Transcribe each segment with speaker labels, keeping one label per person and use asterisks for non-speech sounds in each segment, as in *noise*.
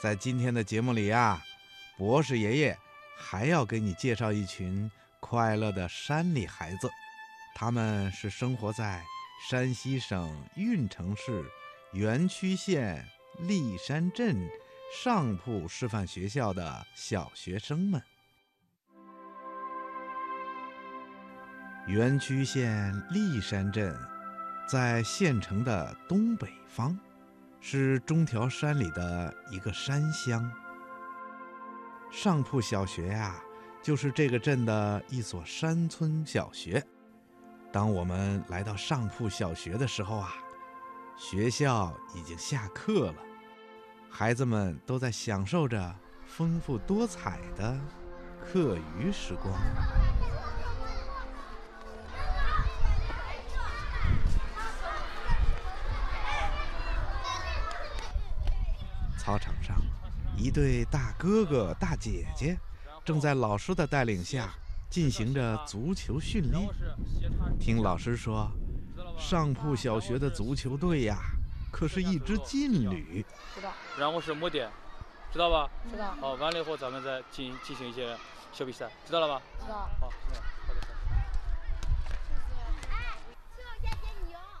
Speaker 1: 在今天的节目里啊，博士爷爷还要给你介绍一群快乐的山里孩子，他们是生活在山西省运城市垣曲县历山镇上铺师范学校的小学生们。垣曲县历山镇在县城的东北方。是中条山里的一个山乡。上铺小学呀、啊，就是这个镇的一所山村小学。当我们来到上铺小学的时候啊，学校已经下课了，孩子们都在享受着丰富多彩的课余时光。操场上，一对大哥哥、大姐姐正在老师的带领下进行着足球训练。听老师说，上铺小学的足球队呀，可是一支劲旅。
Speaker 2: 知道，
Speaker 3: 然后是摸点，知道吧？
Speaker 2: 知道，
Speaker 3: 好，完了以后咱们再进进行一些小比赛，知道了吧？
Speaker 2: 知道。
Speaker 3: 好，现在好的好的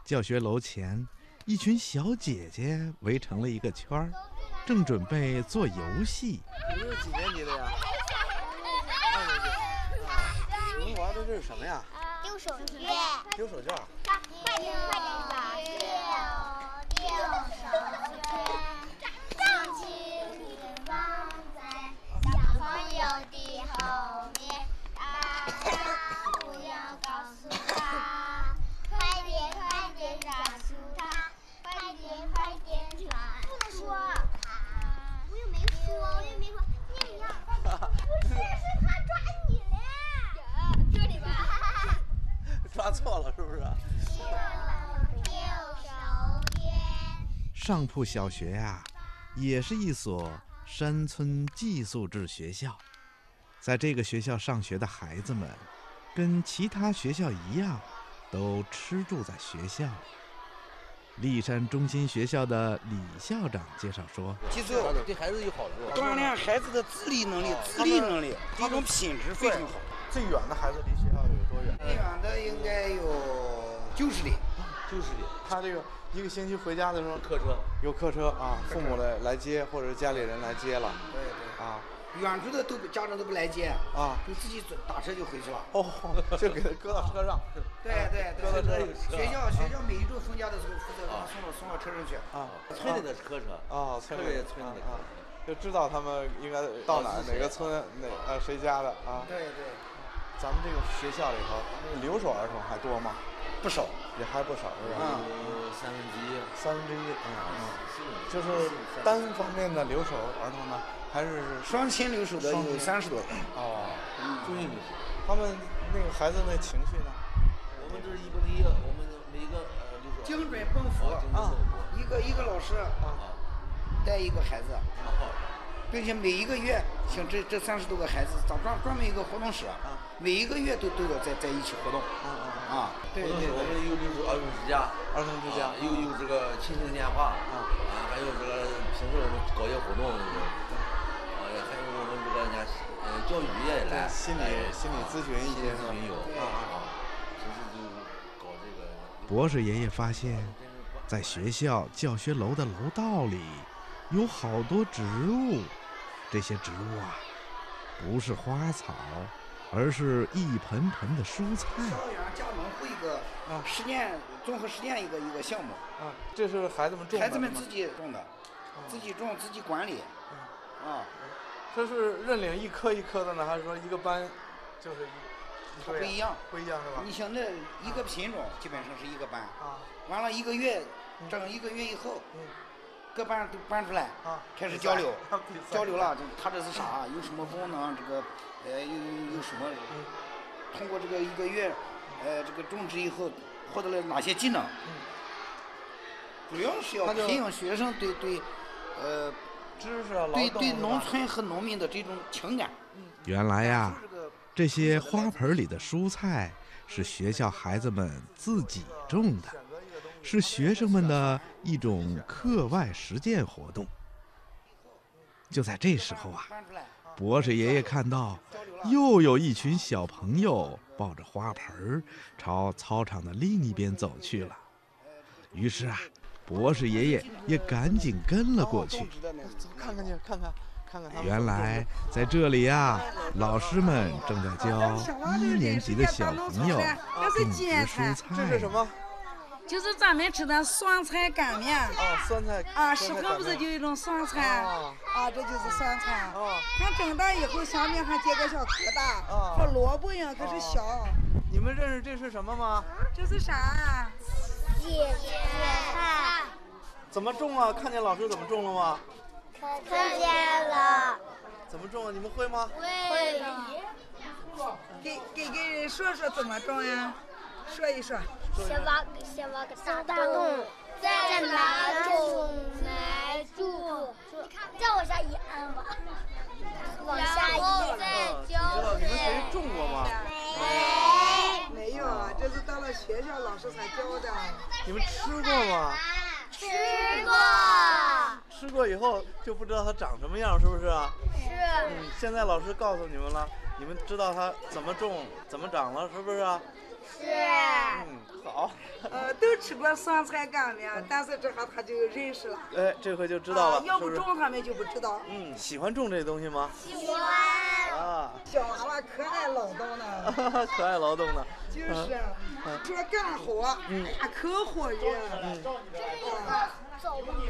Speaker 1: 教学楼前，一群小姐姐围成了一个圈儿，正准备做游戏。
Speaker 4: 你是几年级的呀？二年级。啊，你们玩的这是什么呀？
Speaker 5: 丢手绢，
Speaker 4: 丢手绢儿。
Speaker 5: 快点快点吧！ *laughs* 丢丢手绢，将精力放在小朋友的后面，大家不要告诉他，快点快点告诉他，快点快点传。不能说，我又没说，我又没说，你呀，不是，是他抓你嘞。这里吧。
Speaker 4: 抓错了是不是？
Speaker 5: 手丢手绢，
Speaker 1: 上铺小学呀、也是一所山村寄宿制学校。在这个学校上学的孩子们，跟其他学校一样，都吃住在学校里。历山中心学校的李校长介绍说，
Speaker 6: 其实对孩子有好处。
Speaker 7: 锻炼孩子的自理能力、自立能力，这种品质非常好。
Speaker 4: 最远的孩子离学校有多远？
Speaker 7: 最远的应该有九十里，
Speaker 4: 就是里。他这个一个星期回家的时候，
Speaker 6: 客车，
Speaker 4: 有客车啊，父母来来接，或者是家里人来接了
Speaker 7: 对对，
Speaker 4: 啊
Speaker 7: 远处的都不家长都不来接，
Speaker 4: 啊。
Speaker 7: 就自己走打车就回去了。
Speaker 4: 哦， *laughs* 就给他搁到车上。
Speaker 7: 对对对，
Speaker 4: 搁到车上
Speaker 7: 学校学校每一周放假的时候，负责把他送到送到车上去。
Speaker 4: 啊
Speaker 6: 村里的车车，
Speaker 4: 啊，村
Speaker 6: 村
Speaker 4: 里
Speaker 6: 里的村里的
Speaker 4: 啊，啊就知道他们应该到哪儿
Speaker 6: 是
Speaker 4: 哪
Speaker 6: 谁
Speaker 4: 个村哪呃谁家的啊。
Speaker 7: 对对，
Speaker 4: 咱们这个学校里头留守儿童还多吗？
Speaker 7: 不少。
Speaker 4: 也还不少是吧？
Speaker 7: 嗯
Speaker 6: 嗯，三分之一，
Speaker 4: 三分之一。嗯嗯，
Speaker 6: 是
Speaker 4: 就是单方面的留守儿童呢，还是
Speaker 7: 双亲留守的
Speaker 4: 双亲
Speaker 7: 有三十多个，
Speaker 4: 哦，
Speaker 6: 注意你，
Speaker 4: 他们那个孩子那情绪呢？
Speaker 6: 我们这是一不一，我们每一个呃就是
Speaker 7: 精准奔赴
Speaker 6: 啊，
Speaker 7: 一个一个老师啊，带一个孩子，并且每一个月，像这这三十多个孩子，咱专专门有一个活动室，啊每一个月都都要在在一起活动
Speaker 4: 啊啊，
Speaker 7: 啊。对
Speaker 6: 活
Speaker 7: 对
Speaker 6: 动是我
Speaker 7: 对，
Speaker 6: 们有留守儿童之家，
Speaker 4: 儿童之家
Speaker 6: 啊，又有这个亲情电话啊，还有这个平时我们搞一些活动，呃，还有我们这个人家呃教育局也来，
Speaker 4: 对心理
Speaker 6: 哎
Speaker 4: 心理咨询
Speaker 6: 心理
Speaker 4: 一些
Speaker 6: 咨询有
Speaker 4: 对
Speaker 6: 啊啊，平时就搞这个。
Speaker 1: 博士爷爷发现，在学校教学楼的楼道里有好多植物，这些植物啊，不是花草，而是一盆盆的蔬菜。
Speaker 7: 校园家农会一个
Speaker 4: 啊
Speaker 7: 实践综合实践一个一个项目，
Speaker 4: 啊，这是孩子们种的
Speaker 7: 孩子
Speaker 4: 是吗，哦
Speaker 7: 们自己种的，自己种自己管理，
Speaker 4: 嗯
Speaker 7: 啊，
Speaker 4: 这是认领一颗一颗的呢，还是说一个班就是一
Speaker 2: 啊
Speaker 7: 它不一
Speaker 4: 样，
Speaker 7: 样。嗯
Speaker 4: 不一样是吧
Speaker 7: 你？想那一个品种基本上是一个班，
Speaker 4: 啊
Speaker 7: 完了一个月，整一个月以后，
Speaker 4: 嗯
Speaker 7: 各班都搬出来，
Speaker 4: 啊，
Speaker 7: 开
Speaker 4: 比
Speaker 7: 始
Speaker 4: 赛
Speaker 7: 交
Speaker 4: *laughs*
Speaker 7: 流
Speaker 4: 比赛
Speaker 7: 交流了，就它这是啥，有什么功能，这个呃又又有什么，通过这个一个月，呃这个种植以后获得了哪些技能，主要是要
Speaker 4: 那就
Speaker 7: 培养学生对对，呃
Speaker 4: 知识啊，劳
Speaker 7: 对
Speaker 4: 动
Speaker 7: 对
Speaker 4: 是吧
Speaker 7: 农村和农民的这种情感，
Speaker 1: 原来呀、
Speaker 7: 这个
Speaker 1: 这些花盆里的蔬菜是学校孩子们自己种的，是学生们的一种课外实践活动。就在这时候啊，
Speaker 7: 搬出来啊，
Speaker 1: 博士爷爷看到
Speaker 7: 交流了。
Speaker 1: 又有一群小朋友抱着花盆儿朝操场的另一边走去了。于是啊，博士爷爷也赶紧跟了过去
Speaker 7: 种。植的那个
Speaker 2: 走，看看去，看看，看看他们。
Speaker 1: 原来在这里呀、老师们正在教一年级的小朋友种植蔬
Speaker 2: 这是
Speaker 1: 菜
Speaker 2: 什。么？
Speaker 8: 就是咱们吃的酸菜干面
Speaker 2: 啊，酸菜
Speaker 8: 啊，
Speaker 2: 酸
Speaker 8: 食
Speaker 2: 菜
Speaker 8: 堂不
Speaker 2: 擀
Speaker 8: 是就
Speaker 2: 面
Speaker 8: 有一种酸菜
Speaker 2: 啊
Speaker 8: 啊，这就是酸菜。
Speaker 2: 啊？
Speaker 8: 看长大以后，下面还结个小疙瘩，
Speaker 2: 啊
Speaker 8: 和萝卜一样，可是小。
Speaker 2: 你们认识这是什么吗？
Speaker 8: 这是啥啊？
Speaker 5: 姐姐看
Speaker 2: 怎么种啊？看见老师怎么种了吗？
Speaker 5: 看见了，
Speaker 2: 怎么种啊？你们会吗？
Speaker 5: 会了。
Speaker 8: 给给给人说说怎么种呀？说一说。
Speaker 5: 先挖个先挖个大洞，再拿种埋住，再往下一按吧，往下一再浇
Speaker 2: 嗯你知道你们谁种过吗？
Speaker 8: 没有，啊，这是到了学校老师才教的。
Speaker 2: 你们吃过吗？
Speaker 5: 吃过，
Speaker 2: 吃过以后就不知道它长什么样，是不是啊？
Speaker 5: 是
Speaker 2: 嗯，现在老师告诉你们了，你们知道它怎么种、怎么长了，是不是啊？
Speaker 5: 是。
Speaker 2: 嗯，好，
Speaker 8: 呃，都吃过酸菜干面，但是这下他就认识了。
Speaker 2: 哎，这回就知道
Speaker 8: 啊
Speaker 2: 了，
Speaker 8: 要
Speaker 2: 是
Speaker 8: 不
Speaker 2: 不是？
Speaker 8: 种他们就不知道。
Speaker 2: 嗯，喜欢种这东西吗？啊， *laughs*
Speaker 8: 小娃娃可爱唠叨
Speaker 2: 嗯
Speaker 8: 呢，
Speaker 2: 可爱劳动的，
Speaker 8: 就是啊
Speaker 2: 嗯
Speaker 8: 说干活，大可活跃。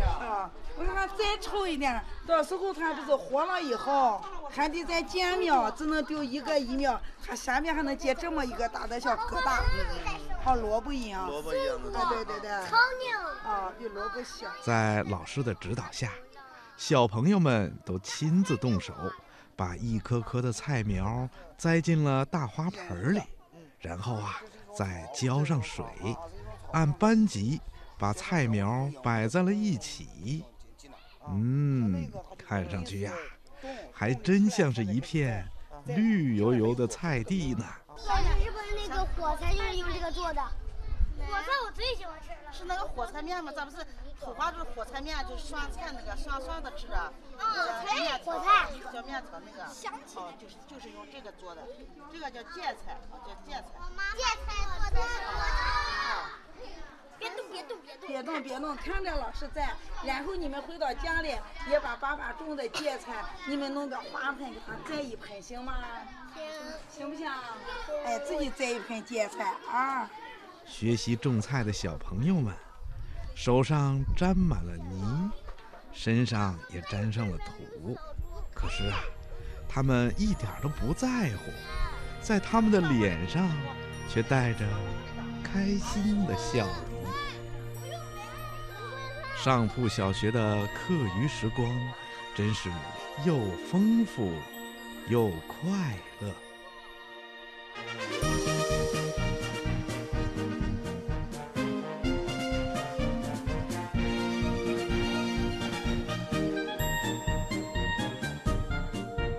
Speaker 8: 啊，我看再臭一点，到时候它不是活了以后，还得再剪苗，只能丢一个一苗，它下面还能结这么一个大的小疙瘩，和萝卜一样。
Speaker 2: 嗯萝卜一样的。
Speaker 8: 啊，对对对，啊，比萝卜小。
Speaker 1: 在老师的指导下，小朋友们都亲自动手，把一颗颗的菜苗栽进了大花盆儿里，然后啊，再浇上水，按班级把菜苗摆在了一起。嗯，看上去呀、还真像是一片绿油油的菜地呢。
Speaker 5: 老师是不是那个火柴就是用这个做的？火柴我最喜欢吃了。
Speaker 9: 是那个火柴面嘛，咱不是土花就是火柴面，就是涮菜那个涮涮的吃的。
Speaker 5: 火柴
Speaker 9: 面条
Speaker 5: 火柴
Speaker 9: 叫面条那个。
Speaker 5: 想起来
Speaker 9: 哦，就是就是用这个做的，这个叫芥菜，啊，叫芥菜。
Speaker 5: 芥菜做的别动，别动，别动！
Speaker 8: 别动别动，看着老师在，然后你们回到家里也把爸爸种的芥菜，你们弄个花盆给它栽一盆，行吗？行不行啊？哎，自己栽一盆芥菜啊。
Speaker 1: 学习种菜的小朋友们，手上沾满了泥，身上也沾上了土。可是啊，他们一点儿都不在乎，在他们的脸上却带着开心的笑容。上铺小学的课余时光，真是又丰富又快乐。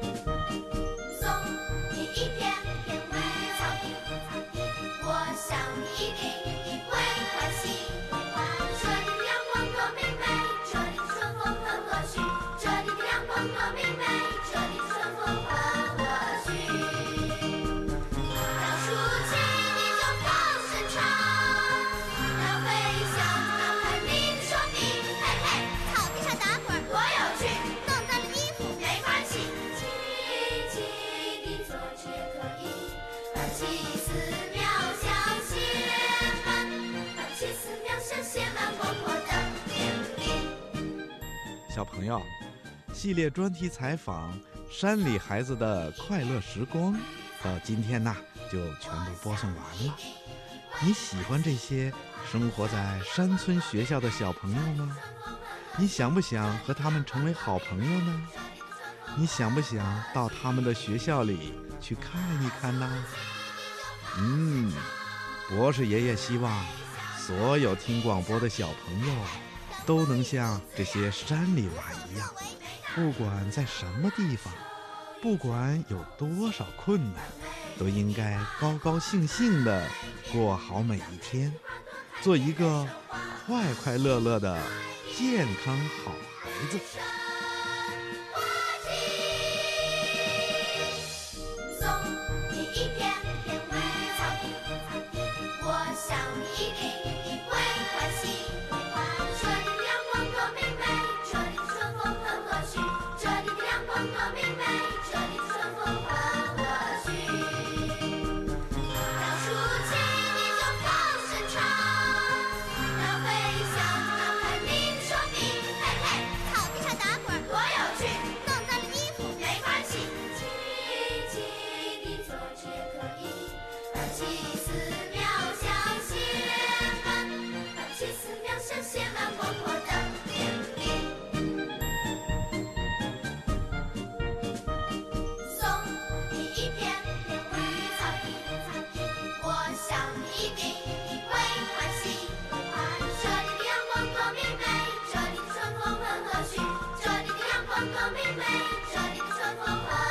Speaker 10: 送你一片片微草地，我想你一定一定会欢喜。这里的阳光多美美，这里的春风和我去，这里的阳光多美美，这里的春风和我去。当竖起你的高声唱，当飞翔，当海鸣说明，嘿嘿，草地上打滚多有趣，弄脏了衣服没关系。轻轻地做却可以，把奇思妙想写满，把奇思妙想写满广阔的天地。
Speaker 1: 小朋友，系列专题采访山里孩子的快乐时光，到今天呐就全部播送完了。你喜欢这些生活在山村学校的小朋友吗？你想不想和他们成为好朋友呢？你想不想到他们的学校里去看一看呢？嗯，博士爷爷希望所有听广播的小朋友啊都能像这些山里娃一样，不管在什么地方，不管有多少困难，都应该高高兴兴的过好每一天，做一个快快乐乐的健康好孩子。
Speaker 10: 我
Speaker 5: 高明媚，这里的春风和。